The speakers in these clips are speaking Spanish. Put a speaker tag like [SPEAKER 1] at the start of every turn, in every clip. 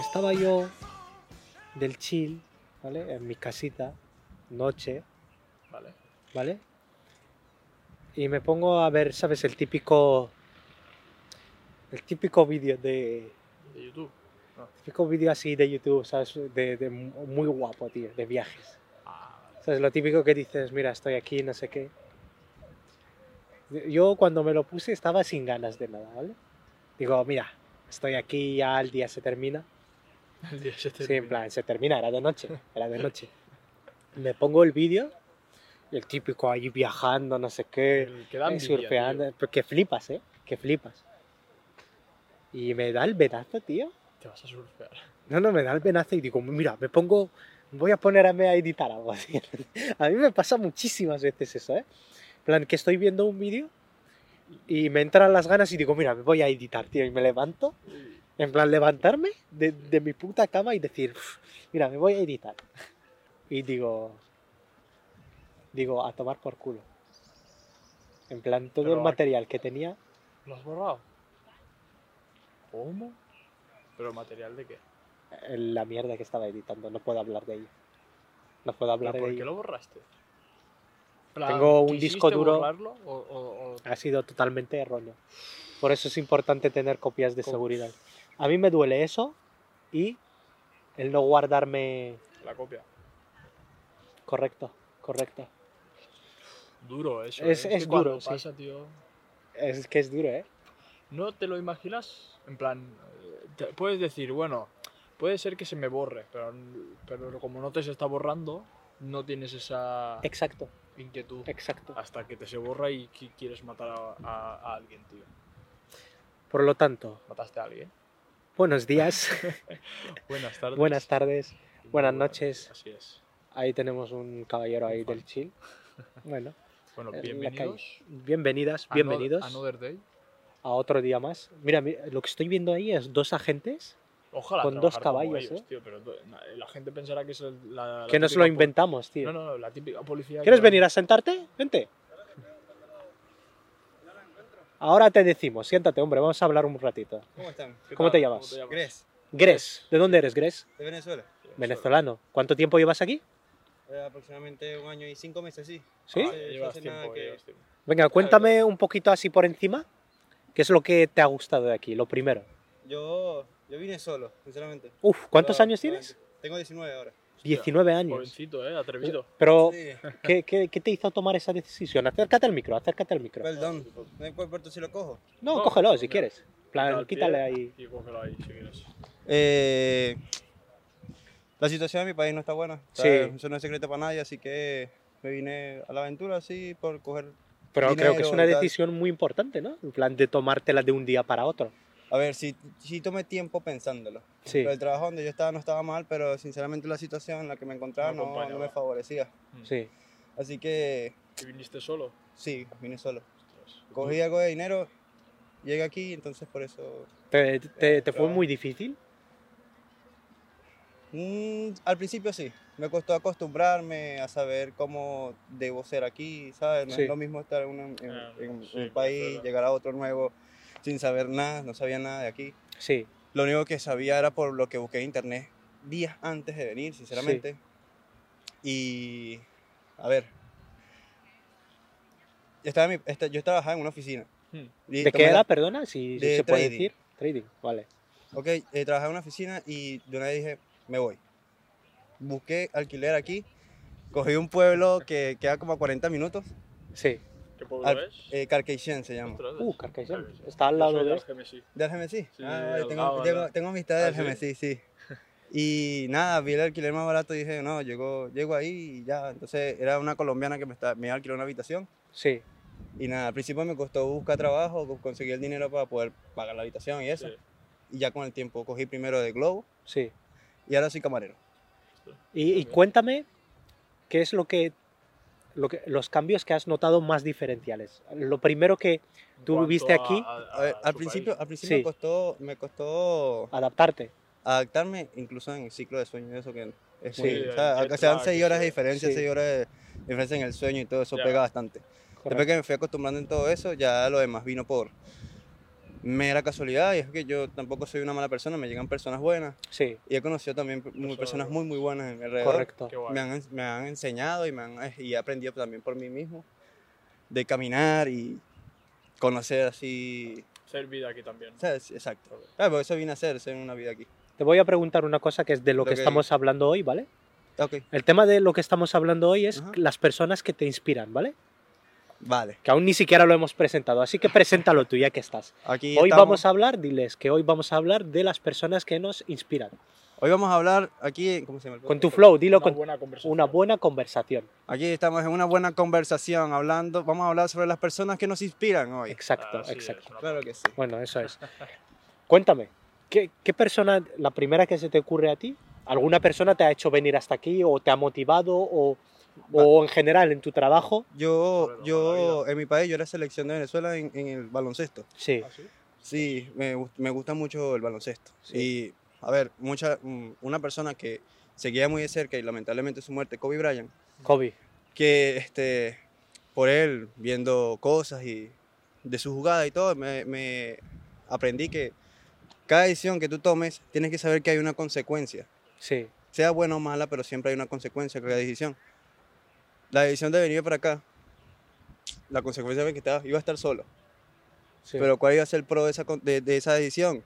[SPEAKER 1] estaba yo del chill, ¿vale? En mi casita, noche,
[SPEAKER 2] Vale.
[SPEAKER 1] ¿vale? Y me pongo a ver, ¿sabes? El típico. El típico vídeo de.
[SPEAKER 2] De YouTube. Ah.
[SPEAKER 1] Típico vídeo así de YouTube, ¿sabes? De, de mu- muy guapo, tío, de viajes.
[SPEAKER 2] Ah, vale.
[SPEAKER 1] ¿Sabes? Lo típico que dices, mira, estoy aquí, no sé qué. Yo cuando me lo puse estaba sin ganas de nada, ¿vale? Digo, mira, estoy aquí, ya el día se termina.
[SPEAKER 2] El día se
[SPEAKER 1] Sí, en
[SPEAKER 2] termina.
[SPEAKER 1] plan, se termina, era de noche, era de noche. Me pongo el vídeo, y el típico ahí viajando, no sé qué,
[SPEAKER 2] El que da
[SPEAKER 1] eh,
[SPEAKER 2] envidia,
[SPEAKER 1] surfeando,
[SPEAKER 2] tío.
[SPEAKER 1] pero que flipas, ¿eh? Que flipas. Y me da el venazo, tío.
[SPEAKER 2] Te vas a surfear.
[SPEAKER 1] No, no, me da el venazo y digo, mira, me pongo, voy a ponerme a editar algo así. A mí me pasa muchísimas veces eso, ¿eh? En plan, que estoy viendo un vídeo y me entran las ganas y digo, mira, me voy a editar, tío, y me levanto. En plan, levantarme de, de mi puta cama y decir, "Uf, mira, me voy a editar. Y digo, digo, a tomar por culo. En plan, todo
[SPEAKER 2] Pero
[SPEAKER 1] el
[SPEAKER 2] a-
[SPEAKER 1] material que tenía,
[SPEAKER 2] ¿Lo has borrado? ¿Cómo? ¿Pero material de qué?
[SPEAKER 1] eh, la mierda que estaba editando, no puedo hablar de ello. No puedo hablar
[SPEAKER 2] ¿Pero
[SPEAKER 1] de
[SPEAKER 2] ¿Por
[SPEAKER 1] ello.
[SPEAKER 2] qué lo borraste?
[SPEAKER 1] Tengo un disco
[SPEAKER 2] ¿quisiste
[SPEAKER 1] duro-
[SPEAKER 2] borrarlo o, o- o-
[SPEAKER 1] ha sido totalmente erróneo. Por eso es importante tener copias de
[SPEAKER 2] Co-
[SPEAKER 1] seguridad. A mí me duele eso y el no guardarme
[SPEAKER 2] la copia?
[SPEAKER 1] correcto, correcto.
[SPEAKER 2] Duro eso.
[SPEAKER 1] Es-
[SPEAKER 2] ¿eh? que
[SPEAKER 1] es duro,
[SPEAKER 2] cuando
[SPEAKER 1] sí.
[SPEAKER 2] pasa, tío,
[SPEAKER 1] Es que es duro, ¿eh?
[SPEAKER 2] ¿No te lo imaginas? En plan, eh, te- puedes decir, bueno, puede ser que se me borre, pero, pero como no te se está borrando, no tienes esa
[SPEAKER 1] Exacto,
[SPEAKER 2] inquietud
[SPEAKER 1] exacto.
[SPEAKER 2] hasta que te se borra y qui- quieres matar a, a- a alguien, tío.
[SPEAKER 1] Por lo tanto,
[SPEAKER 2] ¿Mataste a alguien?
[SPEAKER 1] buenos días,
[SPEAKER 2] Buenas tardes.
[SPEAKER 1] buenas tardes.
[SPEAKER 2] Y
[SPEAKER 1] buenas noches.
[SPEAKER 2] Así es.
[SPEAKER 1] Ahí tenemos un caballero ahí
[SPEAKER 2] Un fan.
[SPEAKER 1] del chill. Bueno,
[SPEAKER 2] Bueno,
[SPEAKER 1] en la
[SPEAKER 2] bienvenidos.
[SPEAKER 1] calle. Bienvenidas,
[SPEAKER 2] a
[SPEAKER 1] bienvenidos
[SPEAKER 2] no- a Another Day.
[SPEAKER 1] a otro día más. Mira, mi- lo que estoy viendo ahí es dos agentes
[SPEAKER 2] Ojalá
[SPEAKER 1] Con dos
[SPEAKER 2] trabajar como
[SPEAKER 1] caballos,
[SPEAKER 2] ellos,
[SPEAKER 1] ¿eh?
[SPEAKER 2] tío, pero do- na- la gente pensará que es el- la, la
[SPEAKER 1] que nos lo
[SPEAKER 2] típica pol-
[SPEAKER 1] inventamos, tío.
[SPEAKER 2] No, no, no, la típica policía.
[SPEAKER 1] ¿Quieres
[SPEAKER 2] que-
[SPEAKER 1] venir a sentarte? Vente. Ahora te decimos, siéntate, hombre, vamos a hablar un ratito.
[SPEAKER 3] ¿Cómo están?
[SPEAKER 2] ¿Qué
[SPEAKER 1] ¿Cómo te
[SPEAKER 2] tal?
[SPEAKER 1] llamas?
[SPEAKER 3] Gres,
[SPEAKER 1] Gres, ¿de dónde eres, Gres?
[SPEAKER 3] de Venezuela.
[SPEAKER 1] Venezolano. ¿Cuánto tiempo llevas aquí?
[SPEAKER 3] Eh, aproximadamente un año y cinco meses, sí.
[SPEAKER 1] ¿Sí?
[SPEAKER 2] Ah, ya llevas
[SPEAKER 3] hace nada
[SPEAKER 2] tiempo,
[SPEAKER 3] que-
[SPEAKER 2] ya llevas tiempo.
[SPEAKER 1] Venga, cuéntame un poquito así por encima. ¿Qué es lo que te ha gustado de aquí? Lo primero.
[SPEAKER 3] Yo, yo vine solo, sinceramente.
[SPEAKER 1] Uf, ¿cuántos
[SPEAKER 3] Yo-
[SPEAKER 1] años
[SPEAKER 3] yo-
[SPEAKER 1] tienes?
[SPEAKER 3] Tengo 19 ahora.
[SPEAKER 1] 19 años.
[SPEAKER 2] Jovencito, eh, atrevido.
[SPEAKER 1] Pero,
[SPEAKER 3] pues, Sí,
[SPEAKER 1] ¿qué, qué, qué te hizo tomar esa decisión? Acércate al micro, acércate al micro.
[SPEAKER 3] perdón. No hay puerto si lo cojo.
[SPEAKER 1] No,
[SPEAKER 2] No,
[SPEAKER 1] cógelo si
[SPEAKER 2] mira.
[SPEAKER 1] quieres. Plan,
[SPEAKER 2] Quita el pie
[SPEAKER 1] quítale ahí.
[SPEAKER 2] Y cógelo ahí si quieres.
[SPEAKER 3] Eh, la situación de mi país no está buena. O sea,
[SPEAKER 1] Sí.
[SPEAKER 3] Eso no es secreto para nadie, así que me vine a la aventura así por coger.
[SPEAKER 1] Pero creo que es
[SPEAKER 3] dinero
[SPEAKER 1] una
[SPEAKER 3] y tal.
[SPEAKER 1] decisión muy importante, ¿no? En plan de tomártela de un día para otro.
[SPEAKER 3] A ver, si, si tomé tiempo pensándolo.
[SPEAKER 1] Sí.
[SPEAKER 3] Pero el trabajo donde yo estaba no estaba mal, pero sinceramente la situación en la que me encontraba
[SPEAKER 2] No
[SPEAKER 3] no- no
[SPEAKER 2] acompañaba.
[SPEAKER 3] me favorecía.
[SPEAKER 1] Sí.
[SPEAKER 3] Así que
[SPEAKER 2] ¿Y viniste solo?
[SPEAKER 3] sí, vine solo.
[SPEAKER 2] Ostras.
[SPEAKER 3] cogí algo de dinero, llegué aquí, entonces por eso...
[SPEAKER 1] ¿Te, te- te fue
[SPEAKER 3] Claro.
[SPEAKER 1] muy difícil?
[SPEAKER 3] Mm, al principio sí, me costó acostumbrarme a saber cómo debo ser aquí, ¿sabes? No
[SPEAKER 1] Sí.
[SPEAKER 3] es lo mismo estar en, un- en-
[SPEAKER 2] Ah,
[SPEAKER 3] en
[SPEAKER 2] sí,
[SPEAKER 3] un país,
[SPEAKER 2] Venezuela.
[SPEAKER 3] llegar a otro nuevo sin saber nada, no sabía nada de aquí.
[SPEAKER 1] Sí.
[SPEAKER 3] Lo único que sabía era por lo que busqué en internet días antes de venir, sinceramente. Y, a ver, yo, estaba en mi- esta- yo trabajaba en una oficina.
[SPEAKER 2] Hmm.
[SPEAKER 3] Y
[SPEAKER 1] ¿De qué
[SPEAKER 3] tomé la-
[SPEAKER 1] era, perdona? Si, si
[SPEAKER 3] de
[SPEAKER 1] se puede
[SPEAKER 3] trading.
[SPEAKER 1] decir. Trading, vale.
[SPEAKER 3] Ok, eh, trabajaba en una oficina y de una vez dije, me voy. Busqué alquiler aquí, cogí un pueblo que queda como a 40 minutos,
[SPEAKER 1] Sí.
[SPEAKER 2] ¿Qué pueblo
[SPEAKER 3] Al-
[SPEAKER 2] es?
[SPEAKER 3] eh, Carqueixén se llama.
[SPEAKER 2] Ostras,
[SPEAKER 1] Uh, Carcassonne.
[SPEAKER 2] Carcassonne.
[SPEAKER 1] Está al
[SPEAKER 2] Yo
[SPEAKER 1] lado
[SPEAKER 2] soy
[SPEAKER 1] de...
[SPEAKER 2] Algemesí.
[SPEAKER 3] ¿De Algemesí?
[SPEAKER 2] Sí,
[SPEAKER 3] ah,
[SPEAKER 2] al
[SPEAKER 3] vale, tengo,
[SPEAKER 2] lado, al
[SPEAKER 3] tengo-
[SPEAKER 2] lado.
[SPEAKER 3] tengo amistades de
[SPEAKER 2] Ah, ¿sí?
[SPEAKER 3] Algemesí, sí. Y nada, vi el alquiler más barato y dije, no, llego, llego ahí y ya. Entonces era una colombiana que me, estaba, me alquiló una habitación.
[SPEAKER 1] Sí.
[SPEAKER 3] Y nada, al principio me costó buscar trabajo, co- conseguir el dinero para poder pagar la habitación y eso.
[SPEAKER 2] Sí.
[SPEAKER 3] Y ya con el tiempo cogí primero de Globo
[SPEAKER 1] Sí.
[SPEAKER 3] y ahora soy camarero.
[SPEAKER 1] Y, y
[SPEAKER 2] Ok.
[SPEAKER 1] cuéntame qué es lo que, lo que... Los cambios que has notado más diferenciales. Lo primero que...
[SPEAKER 2] En
[SPEAKER 1] Tú
[SPEAKER 2] cuanto
[SPEAKER 1] viviste
[SPEAKER 2] a-
[SPEAKER 1] aquí. Eh,
[SPEAKER 2] a-
[SPEAKER 3] A ver,
[SPEAKER 2] a
[SPEAKER 3] al
[SPEAKER 2] su
[SPEAKER 3] principio,
[SPEAKER 2] país.
[SPEAKER 3] al principio
[SPEAKER 1] Sí.
[SPEAKER 3] me costó, me costó
[SPEAKER 1] Adaptarte.
[SPEAKER 3] adaptarme, incluso en el ciclo de sueño, eso que es
[SPEAKER 1] Sí,
[SPEAKER 3] muy,
[SPEAKER 2] el jet
[SPEAKER 3] o sea, o sea,
[SPEAKER 2] lag,
[SPEAKER 3] dan seis horas de
[SPEAKER 2] eso.
[SPEAKER 3] diferencia,
[SPEAKER 1] Sí.
[SPEAKER 3] seis horas de diferencia en el sueño y todo eso
[SPEAKER 2] Ya.
[SPEAKER 3] pega bastante. Después
[SPEAKER 1] Correcto.
[SPEAKER 3] que me fui acostumbrando en todo eso, ya lo demás vino por mera casualidad y es que yo tampoco soy una mala persona, me llegan personas buenas
[SPEAKER 1] Sí,
[SPEAKER 3] y he conocido también muy-
[SPEAKER 2] Eso-
[SPEAKER 3] personas muy muy buenas en mi alrededor.
[SPEAKER 1] correcto.
[SPEAKER 2] Qué guay.
[SPEAKER 3] Me han, me han enseñado y, me han, eh, y he aprendido también por mí mismo de caminar y conocer así.
[SPEAKER 2] Ser vida aquí también.
[SPEAKER 3] ¿sabes? Exacto. Claro, porque eso viene a ser, ser una vida aquí.
[SPEAKER 1] Te voy a preguntar una cosa que es de lo
[SPEAKER 3] Lo
[SPEAKER 1] que
[SPEAKER 3] que-
[SPEAKER 1] estamos hablando hoy, ¿vale?
[SPEAKER 3] Ok,
[SPEAKER 1] El tema de lo que estamos hablando hoy es
[SPEAKER 3] Ajá.
[SPEAKER 1] las personas que te inspiran, ¿vale?
[SPEAKER 3] vale.
[SPEAKER 1] Que aún ni siquiera lo hemos presentado, así que preséntalo tú ya que estás.
[SPEAKER 3] Aquí
[SPEAKER 1] Hoy
[SPEAKER 3] estamos-
[SPEAKER 1] vamos a hablar, diles que hoy vamos a hablar de las personas que nos inspiran.
[SPEAKER 3] hoy vamos a hablar aquí, ¿cómo se llama? el
[SPEAKER 1] Con tu
[SPEAKER 3] podcast?
[SPEAKER 1] flow, dilo
[SPEAKER 2] una
[SPEAKER 1] con
[SPEAKER 2] buena conversación.
[SPEAKER 1] una buena conversación.
[SPEAKER 3] Aquí estamos en una buena conversación hablando, vamos a hablar sobre las personas que nos inspiran hoy.
[SPEAKER 1] Exacto,
[SPEAKER 2] Así Ah, es,
[SPEAKER 1] exacto.
[SPEAKER 2] una-
[SPEAKER 3] Claro que sí.
[SPEAKER 1] Bueno, eso es. Cuéntame, ¿qué, qué persona, la primera que se te ocurre a ti, alguna persona te ha hecho venir hasta aquí o te ha motivado o, o en general en tu trabajo?
[SPEAKER 3] Yo,
[SPEAKER 2] Bueno,
[SPEAKER 3] yo,
[SPEAKER 2] buena
[SPEAKER 3] en mi país, yo era selección de Venezuela en, en el baloncesto.
[SPEAKER 1] Sí,
[SPEAKER 2] ¿Ah, sí?
[SPEAKER 3] Sí, me, gust- me gusta mucho el baloncesto.
[SPEAKER 1] Sí.
[SPEAKER 3] Y, a ver, mucha, mm, una persona que seguía muy de cerca y lamentablemente su muerte, Kobe Bryant,
[SPEAKER 1] Kobe.
[SPEAKER 3] que este, por él, viendo cosas y de su jugada y todo, me, me aprendí que cada decisión que tú tomes, tienes que saber que hay una consecuencia.
[SPEAKER 1] Sí,
[SPEAKER 3] sea buena o mala, pero siempre hay una consecuencia con la decisión. La decisión de venir para acá, la consecuencia era que estaba, iba a estar solo.
[SPEAKER 1] sí.
[SPEAKER 3] Pero ¿cuál iba a ser el pro de esa, con- de, de esa decisión?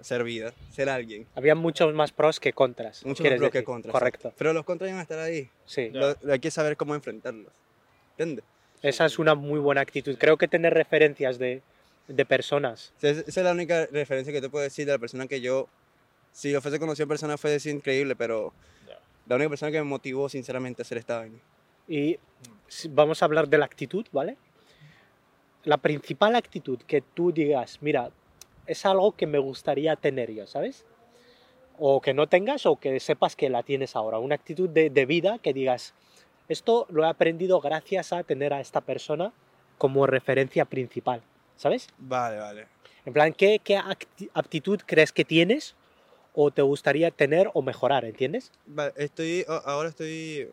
[SPEAKER 3] Ser vida, ser alguien.
[SPEAKER 1] Había muchos más pros que contras.
[SPEAKER 3] Muchos
[SPEAKER 1] quieres
[SPEAKER 3] más pros que
[SPEAKER 1] decir.
[SPEAKER 3] contras,
[SPEAKER 1] Correcto,
[SPEAKER 3] Pero los contras iban a estar ahí.
[SPEAKER 1] sí.
[SPEAKER 2] Ya.
[SPEAKER 3] Lo- hay que saber cómo enfrentarlos. ¿Entiendes?
[SPEAKER 1] Esa es una muy buena actitud. Creo que tener referencias de, de personas.
[SPEAKER 3] O sea, es- esa es la única referencia que te puedo decir de la persona que yo, si lo fuese conocido en persona, fue decir increíble, pero
[SPEAKER 2] Ya.
[SPEAKER 3] la única persona que me motivó sinceramente a hacer esta vaina.
[SPEAKER 1] Y si- vamos a hablar de la actitud, ¿vale? La principal actitud que tú digas, mira, es algo que me gustaría tener yo, ¿sabes? O que no tengas o que sepas que la tienes ahora. Una actitud de, de vida que digas, esto lo he aprendido gracias a tener a esta persona como referencia principal, ¿sabes?
[SPEAKER 3] Vale, vale.
[SPEAKER 1] En plan, ¿qué, qué acti- aptitud crees que tienes o te gustaría tener o mejorar, ¿entiendes?
[SPEAKER 3] Vale, estoy, a- ahora estoy,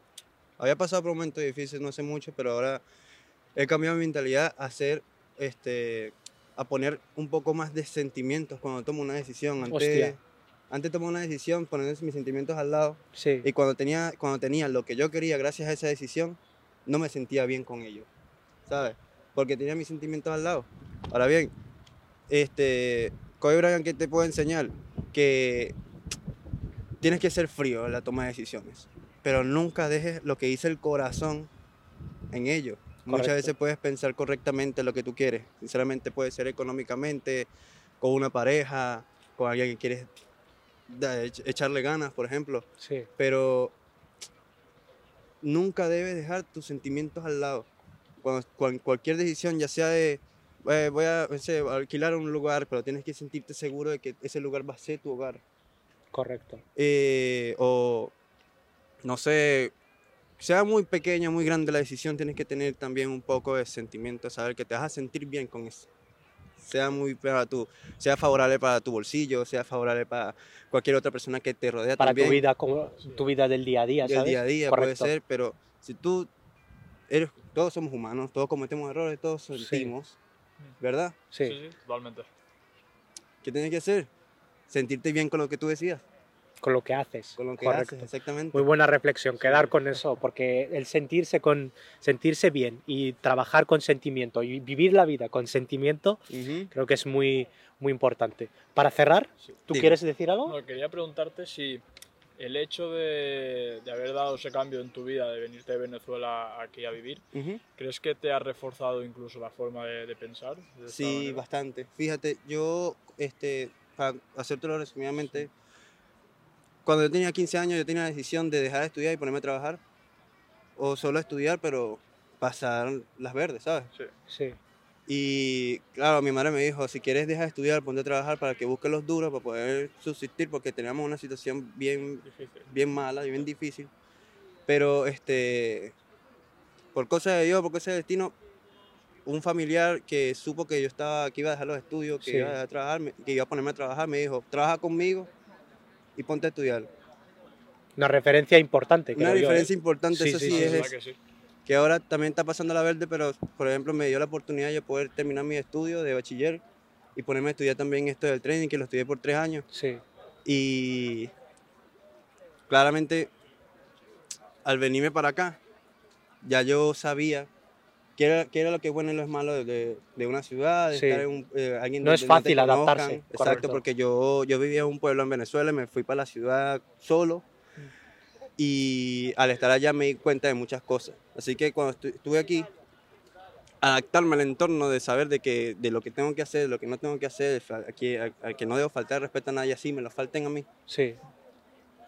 [SPEAKER 3] había pasado por un momento difícil, no sé mucho, pero ahora he cambiado mi mentalidad a hacer, este, a poner un poco más de sentimientos cuando tomo una decisión. Antes,
[SPEAKER 1] Hostia.
[SPEAKER 3] antes tomaba una decisión, poner mis sentimientos al lado,
[SPEAKER 1] Sí.
[SPEAKER 3] y cuando tenía, cuando tenía lo que yo quería gracias a esa decisión, no me sentía bien con ello, ¿sabes? Porque tenía mis sentimientos al lado. Ahora bien, este, Kobe Bryant, ¿qué te puedo enseñar? Que tienes que ser frío en la toma de decisiones, pero nunca dejes lo que dice el corazón en ello. Muchas
[SPEAKER 1] Correcto.
[SPEAKER 3] veces puedes pensar correctamente lo que tú quieres. Sinceramente puede ser económicamente, con una pareja, con alguien que quieres da- ech- echarle ganas, por ejemplo
[SPEAKER 1] sí.
[SPEAKER 3] pero nunca debes dejar tus sentimientos al lado. Cuando, cual- cualquier decisión, ya sea de eh, voy a no sé, alquilar un lugar, pero tienes que sentirte seguro de que ese lugar va a ser tu hogar.
[SPEAKER 1] Correcto.
[SPEAKER 3] Eh, o no sé, sea muy pequeña, muy grande la decisión, tienes que tener también un poco de sentimiento, saber que te vas a sentir bien con eso. Sea muy para tu, sea favorable para tu bolsillo, sea favorable para cualquier otra persona que te rodea
[SPEAKER 1] Para
[SPEAKER 3] también
[SPEAKER 1] tu vida,
[SPEAKER 2] Ah,
[SPEAKER 1] como, tu vida del día a día,
[SPEAKER 3] del
[SPEAKER 1] ¿sabes?
[SPEAKER 3] día a día
[SPEAKER 1] Correcto.
[SPEAKER 3] puede ser, pero si tú eres, todos somos humanos, todos cometemos errores, todos
[SPEAKER 1] Sí.
[SPEAKER 3] sentimos, ¿verdad?
[SPEAKER 1] Sí.
[SPEAKER 2] Sí, sí, totalmente.
[SPEAKER 3] ¿Qué tienes que hacer? Sentirte bien con lo que tú decías,
[SPEAKER 1] con lo que haces.
[SPEAKER 3] con lo que haces, exactamente.
[SPEAKER 1] Muy buena reflexión, quedar
[SPEAKER 2] Sí.
[SPEAKER 1] con eso, porque el sentirse, con, sentirse bien y trabajar con sentimiento y vivir la vida con sentimiento
[SPEAKER 3] Ujú.
[SPEAKER 1] creo que es muy, muy importante. Para cerrar,
[SPEAKER 2] Sí.
[SPEAKER 1] ¿tú
[SPEAKER 3] Dime.
[SPEAKER 1] quieres decir algo?
[SPEAKER 2] No, quería preguntarte si el hecho de, de haber dado ese cambio en tu vida, de venirte de Venezuela aquí a vivir,
[SPEAKER 3] Ujú.
[SPEAKER 2] ¿crees que te ha reforzado incluso la forma de, de pensar? de esta
[SPEAKER 3] Sí,
[SPEAKER 2] manera?
[SPEAKER 3] bastante. Fíjate, yo, este, para hacértelo resumidamente, cuando yo tenía 15 años yo tenía la decisión de dejar de estudiar y ponerme a trabajar, o solo estudiar, pero pasar las verdes, ¿sabes?
[SPEAKER 2] Sí.
[SPEAKER 1] Sí,
[SPEAKER 3] Y claro, mi madre me dijo, si quieres deja de estudiar, ponte a trabajar para que busques los duros para poder subsistir, porque teníamos una situación bien,
[SPEAKER 2] Difícil.
[SPEAKER 3] bien mala y bien difícil. Pero este, por cosas de Dios, por cosas de destino, un familiar que supo que yo estaba, que iba a dejar los estudios, que
[SPEAKER 1] Sí.
[SPEAKER 3] iba a dejar de trabajar, me- que iba a ponerme a trabajar, me dijo, trabaja conmigo y ponte a estudiar.
[SPEAKER 1] una referencia importante.
[SPEAKER 3] Una
[SPEAKER 1] creo yo, ¿eh?
[SPEAKER 3] diferencia importante,
[SPEAKER 1] Sí,
[SPEAKER 3] eso
[SPEAKER 1] sí,
[SPEAKER 3] sí,
[SPEAKER 2] Ah,
[SPEAKER 3] es,
[SPEAKER 2] ¿verdad
[SPEAKER 3] es-
[SPEAKER 2] que sí?
[SPEAKER 3] que ahora también está pasando la verde, pero por ejemplo me dio la oportunidad de poder terminar mis estudios de bachiller y ponerme a estudiar también esto del training, que lo estudié por tres años.
[SPEAKER 1] Sí.
[SPEAKER 3] Y claramente, al venirme para acá, ya yo sabía qué era, qué era lo que es bueno y lo es malo de- de, de una ciudad, de
[SPEAKER 1] Sí.
[SPEAKER 3] estar en un, eh, alguien
[SPEAKER 1] No
[SPEAKER 3] donde
[SPEAKER 1] es
[SPEAKER 3] te
[SPEAKER 1] fácil
[SPEAKER 3] conozcan.
[SPEAKER 1] adaptarse,
[SPEAKER 3] Exacto,
[SPEAKER 1] correcto.
[SPEAKER 3] porque yo, yo vivía en un pueblo en Venezuela, me fui para la ciudad solo
[SPEAKER 1] Mm.
[SPEAKER 3] y al estar allá me di cuenta de muchas cosas. Así que cuando estu- estuve aquí, adaptarme al entorno de saber de, que, de lo que tengo que hacer, de lo que no tengo que hacer, fa- a que, a- a que no debo faltar respeto a nadie así, me lo falten a mí
[SPEAKER 1] Sí.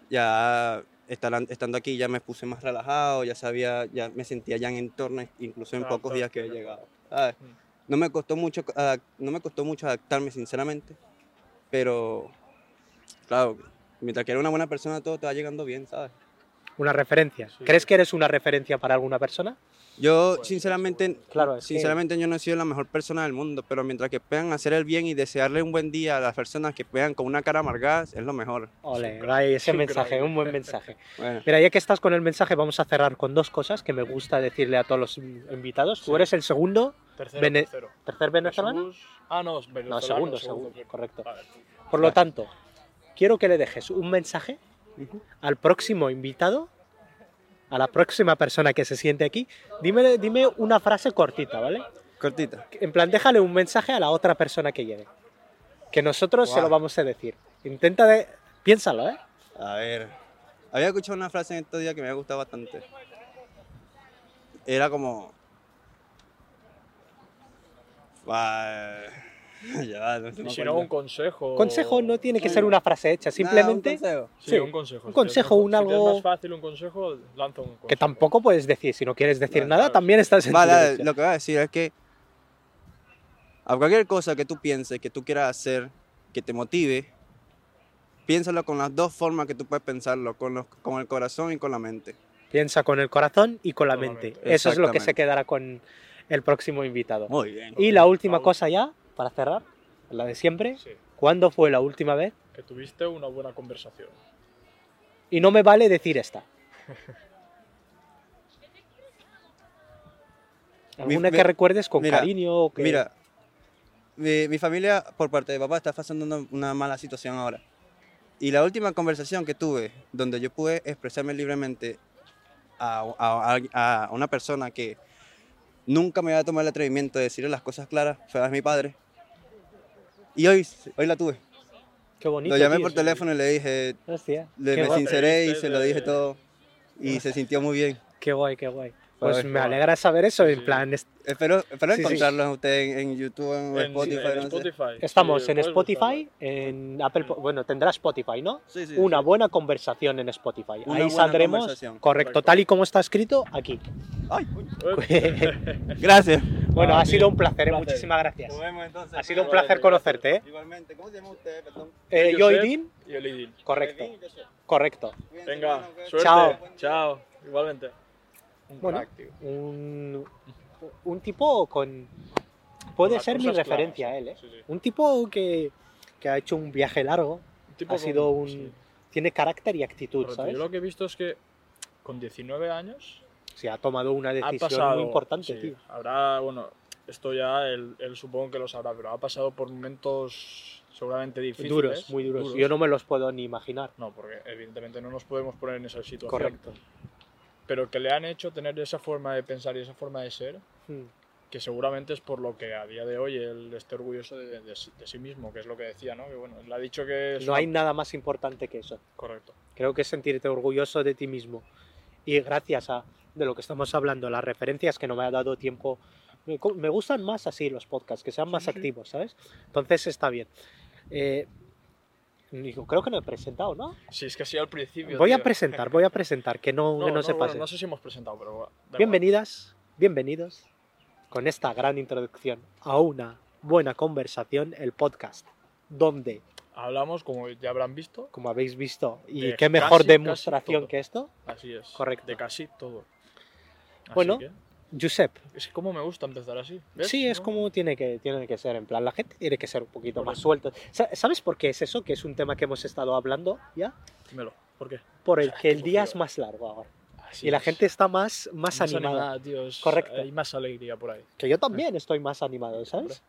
[SPEAKER 3] ya estarán- estando aquí ya me puse más relajado, ya sabía, ya me sentía ya en entorno, incluso en
[SPEAKER 2] Ah,
[SPEAKER 3] pocos
[SPEAKER 2] claro,
[SPEAKER 3] días que he
[SPEAKER 2] claro.
[SPEAKER 3] llegado. ¿sabes?
[SPEAKER 2] Mm.
[SPEAKER 3] No me costó mucho, adap- no me costó mucho adaptarme sinceramente, pero claro, mientras que eres una buena persona todo te va llegando bien, ¿sabes?
[SPEAKER 1] Una referencia.
[SPEAKER 2] Sí.
[SPEAKER 1] ¿Crees que eres una referencia para alguna persona?
[SPEAKER 3] Yo
[SPEAKER 2] Pues,
[SPEAKER 3] sinceramente,
[SPEAKER 1] Claro, es que-
[SPEAKER 3] sinceramente yo no he sido la mejor persona del mundo, pero mientras que puedan hacer el bien y desearle un buen día a las personas que vean con una cara amargada es lo mejor.
[SPEAKER 2] Es un
[SPEAKER 1] Ole,
[SPEAKER 2] crack,
[SPEAKER 1] ahí ese
[SPEAKER 2] un
[SPEAKER 1] mensaje,
[SPEAKER 2] crack.
[SPEAKER 1] un buen mensaje.
[SPEAKER 3] Bueno,
[SPEAKER 1] Mira, ya que estás con el mensaje, vamos a cerrar con dos cosas que me gusta decirle a todos los invitados. Tú
[SPEAKER 2] Sí.
[SPEAKER 1] eres el segundo,
[SPEAKER 2] Tercero,
[SPEAKER 1] Vene-
[SPEAKER 2] tercero.
[SPEAKER 1] tercer venezolano.
[SPEAKER 2] Jesús- Ah, no, venezolano.
[SPEAKER 1] No, segundo, segundo,
[SPEAKER 2] perdón.
[SPEAKER 1] correcto.
[SPEAKER 2] Vale.
[SPEAKER 1] Por lo
[SPEAKER 3] Vale.
[SPEAKER 1] tanto, quiero que le dejes un mensaje al próximo invitado, a la próxima persona que se siente aquí. Dime, dime una frase cortita, ¿vale?
[SPEAKER 3] cortita.
[SPEAKER 1] En plan, déjale un mensaje a la otra persona que llegue. Que nosotros se
[SPEAKER 3] Guau.
[SPEAKER 1] lo vamos a decir. Intenta de... Piénsalo, ¿eh?
[SPEAKER 3] A ver. Había escuchado una frase en estos días que me había gustado bastante. Era como. Ah, ya va, no se me
[SPEAKER 2] Si no, un
[SPEAKER 3] acuerdo.
[SPEAKER 2] consejo.
[SPEAKER 1] Consejo no tiene que ser una frase hecha,
[SPEAKER 3] Nada, un
[SPEAKER 1] simplemente...
[SPEAKER 3] consejo.
[SPEAKER 2] Sí,
[SPEAKER 1] sí,
[SPEAKER 2] un consejo.
[SPEAKER 1] un
[SPEAKER 2] Si te es
[SPEAKER 1] consejo,
[SPEAKER 2] más-
[SPEAKER 1] un
[SPEAKER 2] si te
[SPEAKER 1] algo-
[SPEAKER 2] es más fácil un consejo, lanza un consejo.
[SPEAKER 1] Que tampoco puedes decir, si no quieres decir
[SPEAKER 3] Vale,
[SPEAKER 1] nada,
[SPEAKER 2] claro.
[SPEAKER 1] también estás en tu
[SPEAKER 3] Vale,
[SPEAKER 1] derecho.
[SPEAKER 3] lo que voy a decir es que. A cualquier cosa que tú pienses, que tú quieras hacer, que te motive, piénsalo con las dos formas que tú puedes pensarlo: con, los- con el corazón y con la mente.
[SPEAKER 1] Piensa con el corazón y con la
[SPEAKER 2] Con la
[SPEAKER 1] mente.
[SPEAKER 2] mente.
[SPEAKER 1] Eso es lo que
[SPEAKER 3] Exactamente.
[SPEAKER 1] se quedará con el próximo invitado.
[SPEAKER 3] Muy bien.
[SPEAKER 1] Y la última
[SPEAKER 2] Raúl.
[SPEAKER 1] cosa ya, para cerrar, la de siempre.
[SPEAKER 2] Sí,
[SPEAKER 1] ¿Cuándo fue la última vez?
[SPEAKER 2] que tuviste una buena conversación.
[SPEAKER 1] Y no me vale decir esta. Alguna que
[SPEAKER 3] Mi- mi-
[SPEAKER 1] recuerdes con
[SPEAKER 3] mira,
[SPEAKER 1] cariño. o que-
[SPEAKER 3] Mira, mi, mi familia por parte de papá está pasando una, una mala situación ahora. Y la última conversación que tuve, donde yo pude expresarme libremente a, a- a- a una persona que nunca me iba a tomar el atrevimiento de decirle las cosas claras, fue a mi padre. Y hoy, hoy la tuve.
[SPEAKER 1] Qué bonito.
[SPEAKER 3] Lo llamé
[SPEAKER 1] tío.
[SPEAKER 3] por teléfono y le dije,
[SPEAKER 1] Hostia,
[SPEAKER 3] le,
[SPEAKER 1] qué,
[SPEAKER 3] me
[SPEAKER 1] guay,
[SPEAKER 3] sinceré y
[SPEAKER 2] Entrevista
[SPEAKER 3] se lo dije
[SPEAKER 2] de-
[SPEAKER 3] todo.
[SPEAKER 1] Ah.
[SPEAKER 3] Y se sintió muy bien.
[SPEAKER 1] qué guay, qué guay.
[SPEAKER 3] Para
[SPEAKER 1] Pues
[SPEAKER 3] ver,
[SPEAKER 1] me
[SPEAKER 2] guay.
[SPEAKER 1] alegra saber eso. En
[SPEAKER 2] Sí.
[SPEAKER 1] plan, es-
[SPEAKER 3] Espero, espero
[SPEAKER 1] Sí, sí.
[SPEAKER 3] encontrarlos a ustedes en, en YouTube, en, Spotify.
[SPEAKER 2] en
[SPEAKER 3] no sé.
[SPEAKER 2] Spotify.
[SPEAKER 1] estamos
[SPEAKER 2] Sí, pues,
[SPEAKER 1] en
[SPEAKER 2] puedes
[SPEAKER 1] Spotify,
[SPEAKER 2] buscarlo.
[SPEAKER 1] en Apple.
[SPEAKER 2] Mm.
[SPEAKER 1] Po- Bueno, tendrá Spotify, ¿no?
[SPEAKER 3] Sí, sí, sí.
[SPEAKER 1] Una buena conversación en Spotify.
[SPEAKER 3] Una
[SPEAKER 1] Ahí
[SPEAKER 3] buena
[SPEAKER 1] saldremos.
[SPEAKER 3] conversación,
[SPEAKER 1] Correcto,
[SPEAKER 2] correcto.
[SPEAKER 1] tal y como está escrito, aquí.
[SPEAKER 3] Ay, coño.
[SPEAKER 2] Pues,
[SPEAKER 3] gracias.
[SPEAKER 1] bueno,
[SPEAKER 2] Ah,
[SPEAKER 1] ha sido
[SPEAKER 2] bien.
[SPEAKER 1] un placer, ¿eh?
[SPEAKER 2] Un placer.
[SPEAKER 1] muchísimas gracias.
[SPEAKER 3] Nos vemos entonces.
[SPEAKER 1] Ha sido un
[SPEAKER 2] Igualmente,
[SPEAKER 1] placer conocerte, ¿eh?
[SPEAKER 3] Igualmente, ¿cómo se llama usted? Perdón.
[SPEAKER 1] Eh,
[SPEAKER 2] Yo
[SPEAKER 1] yo y
[SPEAKER 2] sé.
[SPEAKER 1] Dean,
[SPEAKER 2] Y el Idil.
[SPEAKER 1] correcto,
[SPEAKER 3] Kevin, yo sé.
[SPEAKER 1] correcto.
[SPEAKER 3] Cuídense,
[SPEAKER 2] Venga,
[SPEAKER 3] hermano, cuídense.
[SPEAKER 2] suerte.
[SPEAKER 1] Chao.
[SPEAKER 2] Chao. Igualmente. Un
[SPEAKER 1] Bueno.
[SPEAKER 2] crack, tío.
[SPEAKER 1] Un, un tipo con...
[SPEAKER 2] Con
[SPEAKER 1] Puede
[SPEAKER 2] las
[SPEAKER 1] ser mi
[SPEAKER 2] cosas claras,
[SPEAKER 1] referencia
[SPEAKER 2] sí,
[SPEAKER 1] él, ¿eh?
[SPEAKER 2] sí, sí.
[SPEAKER 1] Un tipo que, que ha hecho un viaje largo,
[SPEAKER 2] Un tipo
[SPEAKER 1] Ha sido un-
[SPEAKER 2] sí.
[SPEAKER 1] tiene carácter y actitud,
[SPEAKER 2] Correcto.
[SPEAKER 1] ¿sabes?
[SPEAKER 2] Yo lo que he visto es que con 19 años
[SPEAKER 1] Se ha tomado una
[SPEAKER 2] ha
[SPEAKER 1] decisión
[SPEAKER 2] pasado.
[SPEAKER 1] muy importante,
[SPEAKER 2] sí,
[SPEAKER 1] tío.
[SPEAKER 2] Habrá, bueno, esto ya él, él supongo que lo sabrá, pero ha pasado por momentos seguramente difíciles.
[SPEAKER 1] duros, muy duros. Yo no me los puedo ni imaginar.
[SPEAKER 2] No, porque evidentemente no nos podemos poner en esa situación.
[SPEAKER 1] Correcto.
[SPEAKER 2] Pero que le han hecho tener esa forma de pensar y esa forma de ser,
[SPEAKER 1] Mm,
[SPEAKER 2] que seguramente es por lo que a día de hoy él esté orgulloso de, de sí- de sí mismo, que es lo que decía, ¿no? Que bueno, él ha dicho que. es
[SPEAKER 1] No
[SPEAKER 2] una-
[SPEAKER 1] hay nada más importante que eso.
[SPEAKER 2] Correcto.
[SPEAKER 1] Creo que es sentirte orgulloso de ti mismo. Y gracias a de lo que estamos hablando, las referencias que no me ha dado tiempo. Me, co- me gustan más así los podcasts, que sean más
[SPEAKER 2] sí, sí.
[SPEAKER 1] activos, ¿sabes? Entonces está bien. Eh, digo, creo que no he presentado, ¿no?
[SPEAKER 2] Sí, es que sí al principio.
[SPEAKER 1] Voy a
[SPEAKER 2] tío.
[SPEAKER 1] presentar, voy a presentar, que no,
[SPEAKER 2] No,
[SPEAKER 1] que no
[SPEAKER 2] no,
[SPEAKER 1] se
[SPEAKER 2] bueno,
[SPEAKER 1] pase.
[SPEAKER 2] no sé si hemos presentado, pero. bueno, da igual.
[SPEAKER 1] Bienvenidas, bienvenidos con esta gran introducción a una buena conversación, el podcast, donde,
[SPEAKER 2] Hablamos, como ya habrán visto,
[SPEAKER 1] como habéis visto, y
[SPEAKER 2] De
[SPEAKER 1] qué mejor
[SPEAKER 2] casi, casi
[SPEAKER 1] demostración
[SPEAKER 2] todo.
[SPEAKER 1] que esto,
[SPEAKER 2] así es.
[SPEAKER 1] Correcto.
[SPEAKER 2] De casi todo. Así
[SPEAKER 1] Bueno.
[SPEAKER 2] que-
[SPEAKER 1] Josep,
[SPEAKER 2] es que como me gusta empezar así. ¿ves?
[SPEAKER 1] Sí, es
[SPEAKER 2] ¿No?
[SPEAKER 1] como tiene que, tiene que ser, en plan, la gente tiene que ser un poquito más
[SPEAKER 2] Correcto.
[SPEAKER 1] suelta. Sa- ¿Sabes por qué es eso? Que es un tema que hemos estado hablando ya,
[SPEAKER 2] Dímelo. ¿Por qué?
[SPEAKER 1] por el
[SPEAKER 2] Ah,
[SPEAKER 1] que el
[SPEAKER 2] qué
[SPEAKER 1] día
[SPEAKER 2] aburrido.
[SPEAKER 1] es más largo ahora.
[SPEAKER 2] Así
[SPEAKER 1] y la
[SPEAKER 2] es.
[SPEAKER 1] gente está más, más, animada.
[SPEAKER 2] tío, es-
[SPEAKER 1] Correcto.
[SPEAKER 2] Hay más alegría por ahí.
[SPEAKER 1] Que yo también estoy más animado, ¿sabes?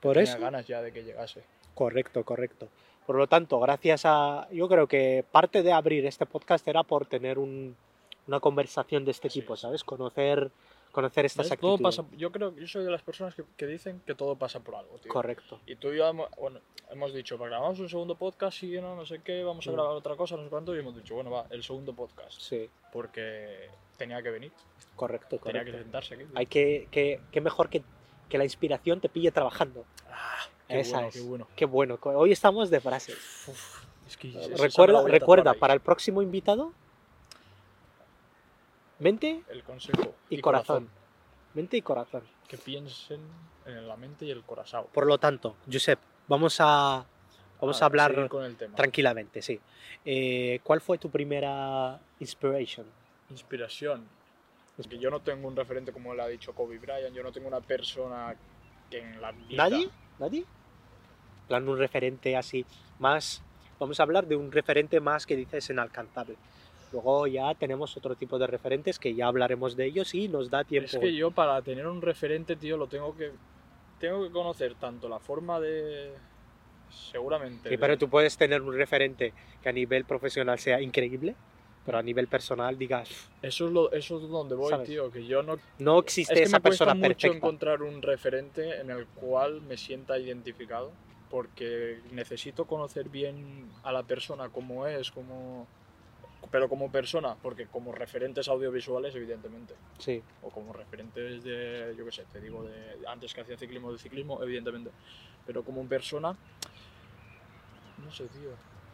[SPEAKER 1] Por
[SPEAKER 2] tenía
[SPEAKER 1] eso.
[SPEAKER 2] ganas ya de que llegase.
[SPEAKER 1] Correcto, correcto. Por lo tanto, gracias a. Yo creo que parte de abrir este podcast era por tener un- una conversación de este
[SPEAKER 2] Sí.
[SPEAKER 1] tipo, ¿sabes? Conocer, conocer estas
[SPEAKER 2] ¿Ves? Todo
[SPEAKER 1] actitudes.
[SPEAKER 2] pasa, yo creo yo soy de las personas que, que dicen que todo pasa por algo, tío.
[SPEAKER 1] Correcto.
[SPEAKER 2] Y tú y yo, hemos- bueno, hemos dicho, "Pues grabamos un segundo podcast y no, no sé qué, vamos a
[SPEAKER 1] Mm.
[SPEAKER 2] grabar otra cosa, no sé cuánto, y hemos dicho, bueno, va, el segundo podcast,
[SPEAKER 1] Sí,
[SPEAKER 2] porque tenía que venir,
[SPEAKER 1] correcto,
[SPEAKER 2] tenía que
[SPEAKER 1] correcto.
[SPEAKER 2] sentarse aquí. tío.
[SPEAKER 1] Hay que, que, que mejor que, que la inspiración te pille trabajando.
[SPEAKER 2] Ah, qué
[SPEAKER 1] Esa
[SPEAKER 2] bueno,
[SPEAKER 1] es.
[SPEAKER 2] qué bueno.
[SPEAKER 1] Qué bueno. co- Hoy estamos de frases.
[SPEAKER 2] Uf, es que esa- esa me la
[SPEAKER 1] Recuerda,
[SPEAKER 2] voy a
[SPEAKER 1] recuerda
[SPEAKER 2] tatuar ahí.
[SPEAKER 1] para el próximo invitado. Mente
[SPEAKER 2] el consejo
[SPEAKER 1] y, corazón. Mente y corazón.
[SPEAKER 2] Que piensen en la mente y el corazón.
[SPEAKER 1] Por lo tanto, Josep, vamos a, vamos a hablar.
[SPEAKER 2] seguir con el tema.
[SPEAKER 1] Tranquilamente, sí. Eh, ¿Cuál fue tu primera inspiration?
[SPEAKER 2] Inspiración. Porque yo no tengo un referente como le ha dicho Kobe Bryant, yo no tengo una persona que en la vida...
[SPEAKER 1] ¿Nadie? ¿Nadie? En plan, un referente así, más. Vamos a hablar de un referente más que dices inalcanzable. Luego ya tenemos otro tipo de referentes que ya hablaremos de ellos y nos da tiempo.
[SPEAKER 2] Es que yo para tener un referente, tío, lo tengo que tengo que conocer tanto la forma de seguramente.
[SPEAKER 1] Sí,
[SPEAKER 2] de-
[SPEAKER 1] pero tú puedes tener un referente que a nivel profesional sea increíble, pero a nivel personal digas,
[SPEAKER 2] Eso es lo eso es donde voy,
[SPEAKER 1] ¿Sabes?
[SPEAKER 2] tío, que yo no
[SPEAKER 1] no
[SPEAKER 2] es
[SPEAKER 1] existe
[SPEAKER 2] que
[SPEAKER 1] esa
[SPEAKER 2] me cuesta
[SPEAKER 1] persona
[SPEAKER 2] mucho
[SPEAKER 1] perfecta.
[SPEAKER 2] encontrar un referente en el cual me sienta identificado porque necesito conocer bien a la persona cómo es, como pero como persona, porque como referentes audiovisuales evidentemente
[SPEAKER 1] Sí,
[SPEAKER 2] o como referentes de, yo qué sé, te digo, de, antes que hacía ciclismo, de ciclismo, evidentemente, pero como persona, no sé, tío,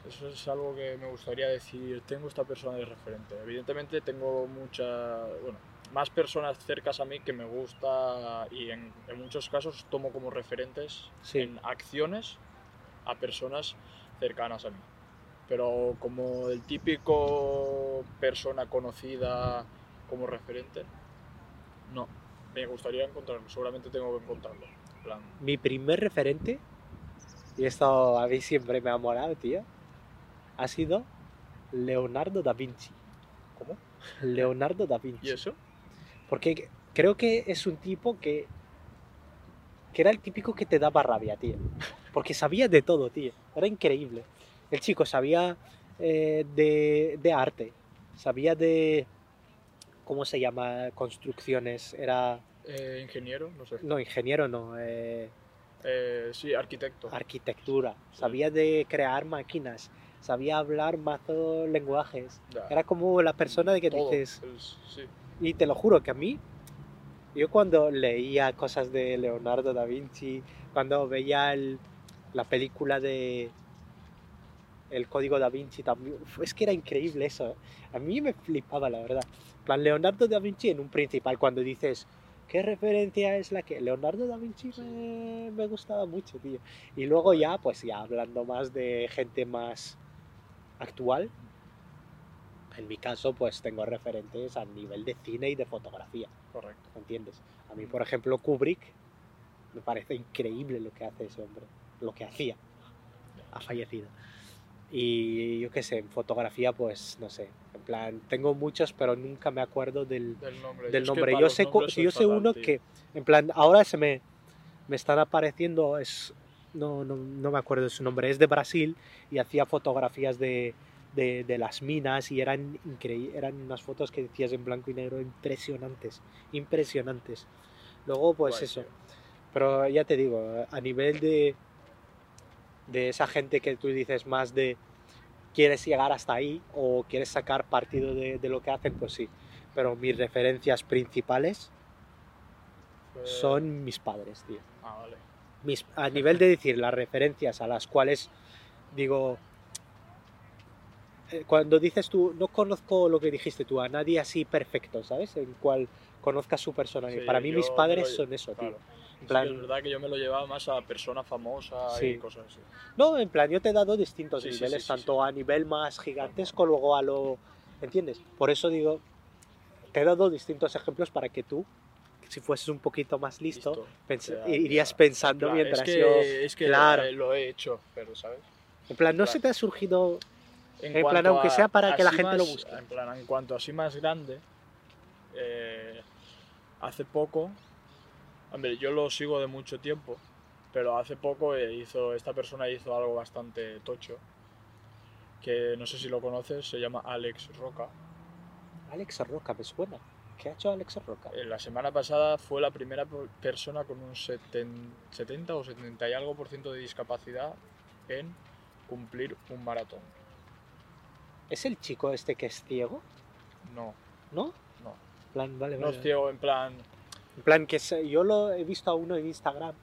[SPEAKER 2] eso es algo que me gustaría decir, tengo esta persona de referente, evidentemente tengo mucha, bueno, más personas cercas a mí que me gusta y en, en muchos casos tomo como referentes
[SPEAKER 1] sí.
[SPEAKER 2] en acciones a personas cercanas a mí. Pero como el típico persona conocida como referente, no. Me gustaría encontrarlo, seguramente tengo que encontrarlo. En plan,
[SPEAKER 1] mi primer referente, y esto a mí siempre me ha molado, tío, ha sido Leonardo da Vinci.
[SPEAKER 2] ¿Cómo?
[SPEAKER 1] Leonardo da
[SPEAKER 2] ¿Y
[SPEAKER 1] Vinci.
[SPEAKER 2] eso?
[SPEAKER 1] Porque creo que es un tipo que, que era el típico que te daba rabia, tío. Porque sabía de todo, tío. Era increíble. El chico sabía eh, de, de arte, sabía de... ¿Cómo se llama? Construcciones. Era...
[SPEAKER 2] Eh, ingeniero, no sé.
[SPEAKER 1] No, ingeniero no. eh,
[SPEAKER 2] Eh, sí, arquitecto.
[SPEAKER 1] arquitectura,
[SPEAKER 2] Sí.
[SPEAKER 1] sabía de crear máquinas, sabía hablar mazo lenguajes.
[SPEAKER 2] Ya,
[SPEAKER 1] Era como la persona de que
[SPEAKER 2] todo.
[SPEAKER 1] dices,
[SPEAKER 2] Es- sí.
[SPEAKER 1] y te lo juro que a mí, yo cuando leía cosas de Leonardo da Vinci, cuando veía el- la película de El Código da Vinci, también, uf, es que era increíble eso. ¿eh? A mí me flipaba, la verdad. En plan, Leonardo da Vinci en un principal, cuando dices, ¿qué referencia es la que? Leonardo da Vinci me, me gustaba mucho, tío. Y luego ya, pues ya hablando más de gente más actual, en mi caso, pues tengo referentes a nivel de cine y de fotografía,
[SPEAKER 2] Correcto.
[SPEAKER 1] ¿entiendes? A mí, por ejemplo, Kubrick me parece increíble lo que hace ese hombre, lo que hacía. Ha fallecido. Y yo qué sé, en fotografía, pues no sé, en plan, tengo muchos, pero nunca me acuerdo del,
[SPEAKER 2] Del nombre.
[SPEAKER 1] del
[SPEAKER 2] es que
[SPEAKER 1] nombre.
[SPEAKER 2] para
[SPEAKER 1] Yo
[SPEAKER 2] los
[SPEAKER 1] sé, cu-
[SPEAKER 2] nombres soy
[SPEAKER 1] yo sé
[SPEAKER 2] fatal,
[SPEAKER 1] uno
[SPEAKER 2] tío.
[SPEAKER 1] que, en plan, ahora se me, me están apareciendo, es, no, no, no me acuerdo de su nombre, es de Brasil y hacía fotografías de, de, de las minas y eran, increí- eran unas fotos que decías en blanco y negro impresionantes, impresionantes. Luego, pues
[SPEAKER 2] Guay,
[SPEAKER 1] eso,
[SPEAKER 2] tío.
[SPEAKER 1] pero ya te digo, a nivel de, de esa gente que tú dices más de quieres llegar hasta ahí o quieres sacar partido de, de lo que hacen, pues sí. Pero mis referencias principales
[SPEAKER 2] Fue-
[SPEAKER 1] son mis padres, tío.
[SPEAKER 2] Eh, Ah, vale.
[SPEAKER 1] Mis, a nivel de decir las referencias a las cuales digo, eh, cuando dices tú, no conozco lo que dijiste tú, a nadie así perfecto, ¿sabes? El cual conozca su personalidad.
[SPEAKER 2] Sí,
[SPEAKER 1] Para mí
[SPEAKER 2] yo
[SPEAKER 1] mis
[SPEAKER 2] me
[SPEAKER 1] padres
[SPEAKER 2] lo-
[SPEAKER 1] son eso,
[SPEAKER 2] Claro.
[SPEAKER 1] tío.
[SPEAKER 2] Sí,
[SPEAKER 1] plan-
[SPEAKER 2] es verdad que yo me lo llevaba más a persona famosa
[SPEAKER 1] Sí.
[SPEAKER 2] y cosas así.
[SPEAKER 1] No, en plan, yo te he dado distintos
[SPEAKER 2] Sí, sí,
[SPEAKER 1] niveles,
[SPEAKER 2] sí, sí,
[SPEAKER 1] tanto a nivel más gigantesco, luego a lo... ¿Entiendes? Por eso digo, te he dado distintos ejemplos para que tú, si fueses un poquito más listo, pens-
[SPEAKER 2] Ya,
[SPEAKER 1] irías
[SPEAKER 2] ya.
[SPEAKER 1] pensando
[SPEAKER 2] Claro,
[SPEAKER 1] mientras
[SPEAKER 2] es que,
[SPEAKER 1] yo...
[SPEAKER 2] es que
[SPEAKER 1] claro.
[SPEAKER 2] eh, lo he hecho, pero ¿sabes?
[SPEAKER 1] En plan, ¿no
[SPEAKER 2] claro.
[SPEAKER 1] se te ha surgido En plan,
[SPEAKER 2] cuanto
[SPEAKER 1] aunque sea para que la
[SPEAKER 2] así
[SPEAKER 1] gente lo
[SPEAKER 2] más-
[SPEAKER 1] busque.
[SPEAKER 2] En plan, en cuanto así más grande, eh, hace poco, hombre, yo lo sigo de mucho tiempo, Pero hace poco eh, hizo, esta persona hizo algo bastante tocho, que no sé si lo conoces, se llama Alex Roca.
[SPEAKER 1] Alex Roca, me suena. ¿Qué ha hecho Alex Roca?
[SPEAKER 2] Eh, La semana pasada fue la primera po- persona con un 70, 70 o 70 y algo por ciento de discapacidad en cumplir un maratón.
[SPEAKER 1] ¿Es el chico este que es ciego?
[SPEAKER 2] No,
[SPEAKER 1] ¿No?
[SPEAKER 2] No.
[SPEAKER 1] Plan, vale,
[SPEAKER 2] no
[SPEAKER 1] vale.
[SPEAKER 2] es ciego en plan,
[SPEAKER 1] En plan, que se- yo lo he visto a uno en Instagram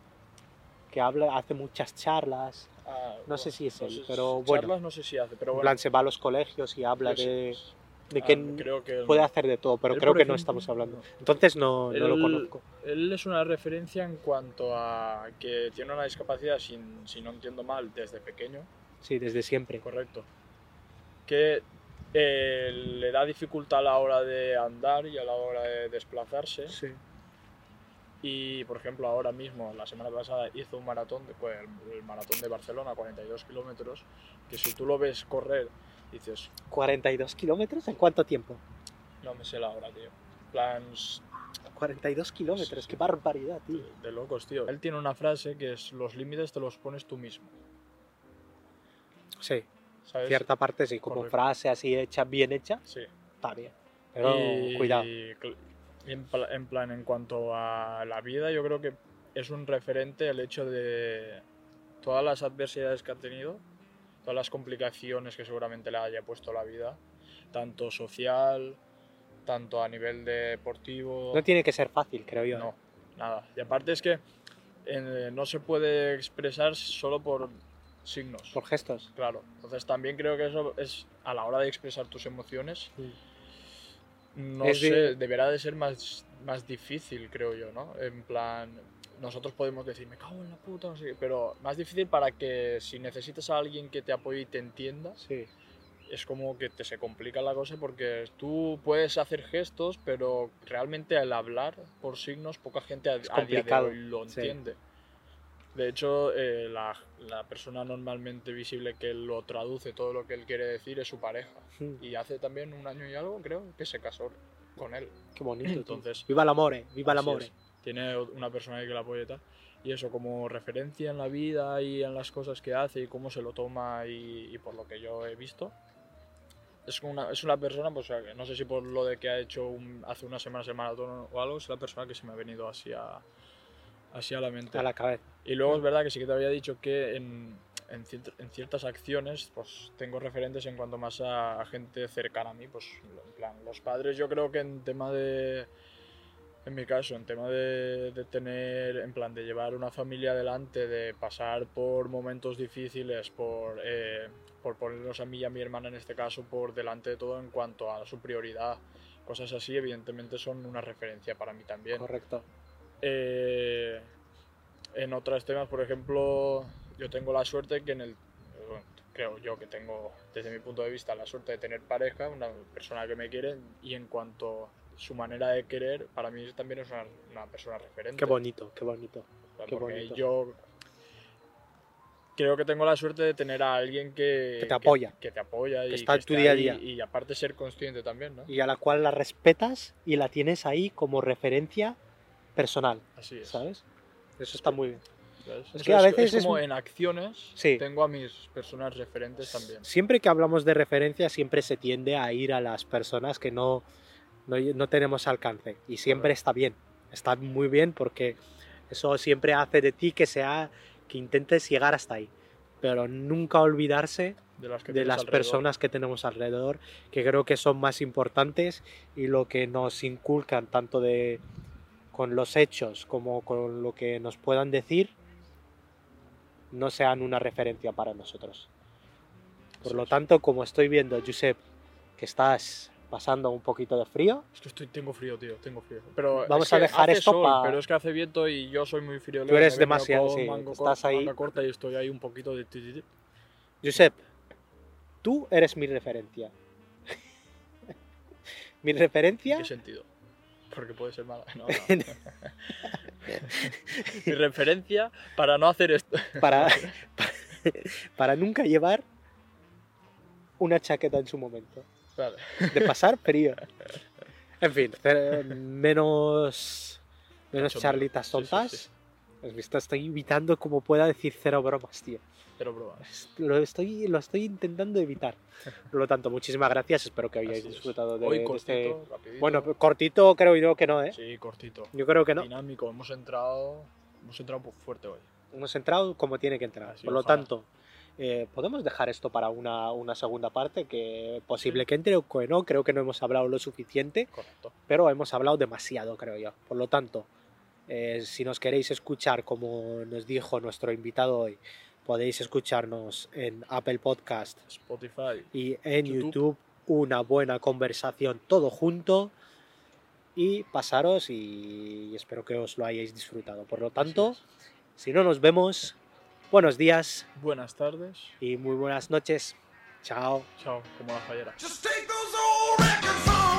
[SPEAKER 1] que habla, hace muchas charlas.
[SPEAKER 2] ah,
[SPEAKER 1] No sé si es él,
[SPEAKER 2] sé-
[SPEAKER 1] pero bueno.
[SPEAKER 2] charlas no sé si hace, pero
[SPEAKER 1] en
[SPEAKER 2] bueno.
[SPEAKER 1] plan, se va a los colegios y habla
[SPEAKER 2] yo sé-
[SPEAKER 1] de, de
[SPEAKER 2] ah,
[SPEAKER 1] que
[SPEAKER 2] creo que
[SPEAKER 1] puede hacer de todo, pero
[SPEAKER 2] Él,
[SPEAKER 1] creo
[SPEAKER 2] por
[SPEAKER 1] que no
[SPEAKER 2] ejemplo,
[SPEAKER 1] estamos hablando.
[SPEAKER 2] no.
[SPEAKER 1] Entonces no, no lo
[SPEAKER 2] Él-
[SPEAKER 1] conozco.
[SPEAKER 2] Él es una referencia en cuanto a que tiene una discapacidad, sin- si no entiendo mal, desde pequeño,
[SPEAKER 1] Sí, desde siempre.
[SPEAKER 2] correcto, que eh, le da dificultad a la hora de andar y a la hora de desplazarse.
[SPEAKER 1] Sí.
[SPEAKER 2] Y, por ejemplo, ahora mismo, la semana pasada, hizo un maratón, de- pues, el- el maratón de Barcelona, 42 kilómetros, que si tú lo ves correr, dices,
[SPEAKER 1] 42 kilómetros en cuánto tiempo?
[SPEAKER 2] no me sé la hora, tío. Plans
[SPEAKER 1] 42 kilómetros, qué barbaridad, tío.
[SPEAKER 2] de locos, tío. Él tiene una frase que es, los límites te los pones tú mismo.
[SPEAKER 1] Sí,
[SPEAKER 2] ¿Sabes?
[SPEAKER 1] cierta parte sí, como
[SPEAKER 2] Correcto.
[SPEAKER 1] frase así hecha, bien hecha,
[SPEAKER 2] Sí.
[SPEAKER 1] está bien. Pero cuidado.
[SPEAKER 2] y cl- y en, pla- en plan, en cuanto a la vida, yo creo que es un referente el hecho de todas las adversidades que ha tenido, todas las complicaciones que seguramente le haya puesto la vida, tanto social, tanto a nivel deportivo.
[SPEAKER 1] No tiene que ser fácil, creo yo. ¿eh?
[SPEAKER 2] No, nada. Y aparte es que eh, no se puede expresar solo por signos.
[SPEAKER 1] Por gestos.
[SPEAKER 2] Claro, entonces también creo que eso es a la hora de expresar tus emociones.
[SPEAKER 1] Sí.
[SPEAKER 2] No
[SPEAKER 1] Es
[SPEAKER 2] sé,
[SPEAKER 1] de-
[SPEAKER 2] deberá de ser más, más difícil, creo yo, ¿no? En plan, nosotros podemos decir, me cago en la puta, no sé qué", pero más difícil para que si necesitas a alguien que te apoye y te entienda,
[SPEAKER 1] Sí.
[SPEAKER 2] es como que te se complica la cosa porque tú puedes hacer gestos, pero realmente al hablar por signos poca gente a, a día de
[SPEAKER 1] complicado,
[SPEAKER 2] hoy lo
[SPEAKER 1] sí.
[SPEAKER 2] entiende. De hecho, eh, la, la persona normalmente visible que lo traduce todo lo que él quiere decir es su pareja.
[SPEAKER 1] Hmm.
[SPEAKER 2] Y hace también un año y algo, creo, que se casó con él.
[SPEAKER 1] Qué bonito. tío.
[SPEAKER 2] Entonces,
[SPEAKER 1] Viva el amor, eh, viva el
[SPEAKER 2] Así
[SPEAKER 1] amor.
[SPEAKER 2] es. Tiene una persona ahí que la apoya y tal. Y eso como referencia en la vida y en las cosas que hace y cómo se lo toma y, y por lo que yo he visto. Es una, es una persona, pues o sea, que no sé si por lo de que ha hecho un- hace unas semanas el maratón o algo, es la persona que se me ha venido así a, así a la mente.
[SPEAKER 1] eh, A la cabeza.
[SPEAKER 2] Y luego es verdad que sí que te había dicho que en, en cier- en ciertas acciones pues tengo referentes en cuanto más a, a gente cercana a mí, pues en plan, los padres yo creo que en tema de, en mi caso, en tema de, de tener, en plan de llevar una familia adelante, de pasar por momentos difíciles, por, eh, por ponernos a mí y a mi hermana en este caso por delante de todo en cuanto a su prioridad, cosas así evidentemente son una referencia para mí también.
[SPEAKER 1] Correcto.
[SPEAKER 2] Eh, en otros temas, por ejemplo, yo tengo la suerte que en el. bueno, Creo yo que tengo, desde mi punto de vista, la suerte de tener pareja, una persona que me quiere y en cuanto a su manera de querer, para mí también es una, una persona referente.
[SPEAKER 1] Qué bonito, qué bonito. qué
[SPEAKER 2] porque
[SPEAKER 1] bonito.
[SPEAKER 2] yo creo que tengo la suerte de tener a alguien que,
[SPEAKER 1] Que te apoya.
[SPEAKER 2] Que, te apoya y
[SPEAKER 1] está en tu
[SPEAKER 2] esté
[SPEAKER 1] día a
[SPEAKER 2] ahí
[SPEAKER 1] día.
[SPEAKER 2] Y aparte ser consciente también, ¿no?
[SPEAKER 1] Y a la cual la respetas y la tienes ahí como referencia personal,
[SPEAKER 2] Así es.
[SPEAKER 1] ¿sabes? Eso está muy bien.
[SPEAKER 2] ¿Sabes?
[SPEAKER 1] Es
[SPEAKER 2] Eso
[SPEAKER 1] que a veces es
[SPEAKER 2] como
[SPEAKER 1] un-
[SPEAKER 2] en acciones
[SPEAKER 1] Sí.
[SPEAKER 2] tengo a mis personas referentes también.
[SPEAKER 1] Siempre que hablamos de referencia, siempre se tiende a ir a las personas que no, no, no tenemos alcance. Y siempre
[SPEAKER 2] Correcto.
[SPEAKER 1] está bien. Está muy bien porque eso siempre hace de ti que sea que intentes llegar hasta ahí. Pero nunca olvidarse
[SPEAKER 2] De las, que
[SPEAKER 1] de
[SPEAKER 2] tienes
[SPEAKER 1] las
[SPEAKER 2] alrededor.
[SPEAKER 1] personas que tenemos alrededor, que creo que son más importantes y lo que nos inculcan tanto de con los hechos como con lo que nos puedan decir no sean una referencia para nosotros. Por
[SPEAKER 2] Eso
[SPEAKER 1] lo
[SPEAKER 2] es.
[SPEAKER 1] tanto, como estoy viendo, Josep, que estás pasando un poquito de frío,
[SPEAKER 2] Es que estoy, tengo frío, tío, tengo frío. Pero es
[SPEAKER 1] Vamos a
[SPEAKER 2] que
[SPEAKER 1] dejar
[SPEAKER 2] hace
[SPEAKER 1] esto
[SPEAKER 2] sol,
[SPEAKER 1] pa-
[SPEAKER 2] Pero es que hace viento y yo soy muy frío.
[SPEAKER 1] Tú eres demasiado, sí, estás ahí.
[SPEAKER 2] corta y estoy ahí un poquito de... ti, ti, ti.
[SPEAKER 1] Josep, tú eres mi referencia. mi referencia
[SPEAKER 2] ¿Qué sentido? Porque puede ser mala. No, no. Mi referencia para no hacer esto.
[SPEAKER 1] para, para, para nunca llevar una chaqueta en su momento.
[SPEAKER 2] Vale.
[SPEAKER 1] De pasar frío. En fin, eh, menos, menos
[SPEAKER 2] Cachondeo.
[SPEAKER 1] charlitas
[SPEAKER 2] Sí, sí,
[SPEAKER 1] tontas.
[SPEAKER 2] sí.
[SPEAKER 1] Me está- estoy evitando como pueda decir cero bromas, tío.
[SPEAKER 2] Pero probar.
[SPEAKER 1] Lo estoy, lo estoy intentando evitar. Por lo tanto, muchísimas gracias. Espero que hayáis
[SPEAKER 2] Así es.
[SPEAKER 1] disfrutado de,
[SPEAKER 2] Hoy
[SPEAKER 1] de
[SPEAKER 2] cortito,
[SPEAKER 1] este...
[SPEAKER 2] rapidito.
[SPEAKER 1] Bueno, cortito creo yo que no, ¿eh?
[SPEAKER 2] Sí, cortito.
[SPEAKER 1] Yo creo que no.
[SPEAKER 2] Dinámico, hemos entrado, hemos entrado fu- fuerte hoy.
[SPEAKER 1] Hemos entrado como tiene que entrar.
[SPEAKER 2] Así,
[SPEAKER 1] Por lo
[SPEAKER 2] ojalá.
[SPEAKER 1] tanto, eh, podemos dejar esto para una, una segunda parte, que posible que entre o que no. Creo que no hemos hablado lo suficiente,
[SPEAKER 2] Correcto.
[SPEAKER 1] pero hemos hablado demasiado, creo yo. Por lo tanto, eh, si nos queréis escuchar, como nos dijo nuestro invitado hoy, podéis escucharnos en Apple Podcast
[SPEAKER 2] Spotify,
[SPEAKER 1] y en
[SPEAKER 2] YouTube.
[SPEAKER 1] YouTube. una buena conversación todo junto y pasaros y espero que os lo hayáis disfrutado. Por lo tanto,
[SPEAKER 2] Así
[SPEAKER 1] si no nos vemos, buenos días
[SPEAKER 2] es. buenas tardes.
[SPEAKER 1] y muy buenas noches. Chao.
[SPEAKER 2] Chao, como la fallera.
[SPEAKER 4] Just take those old records on.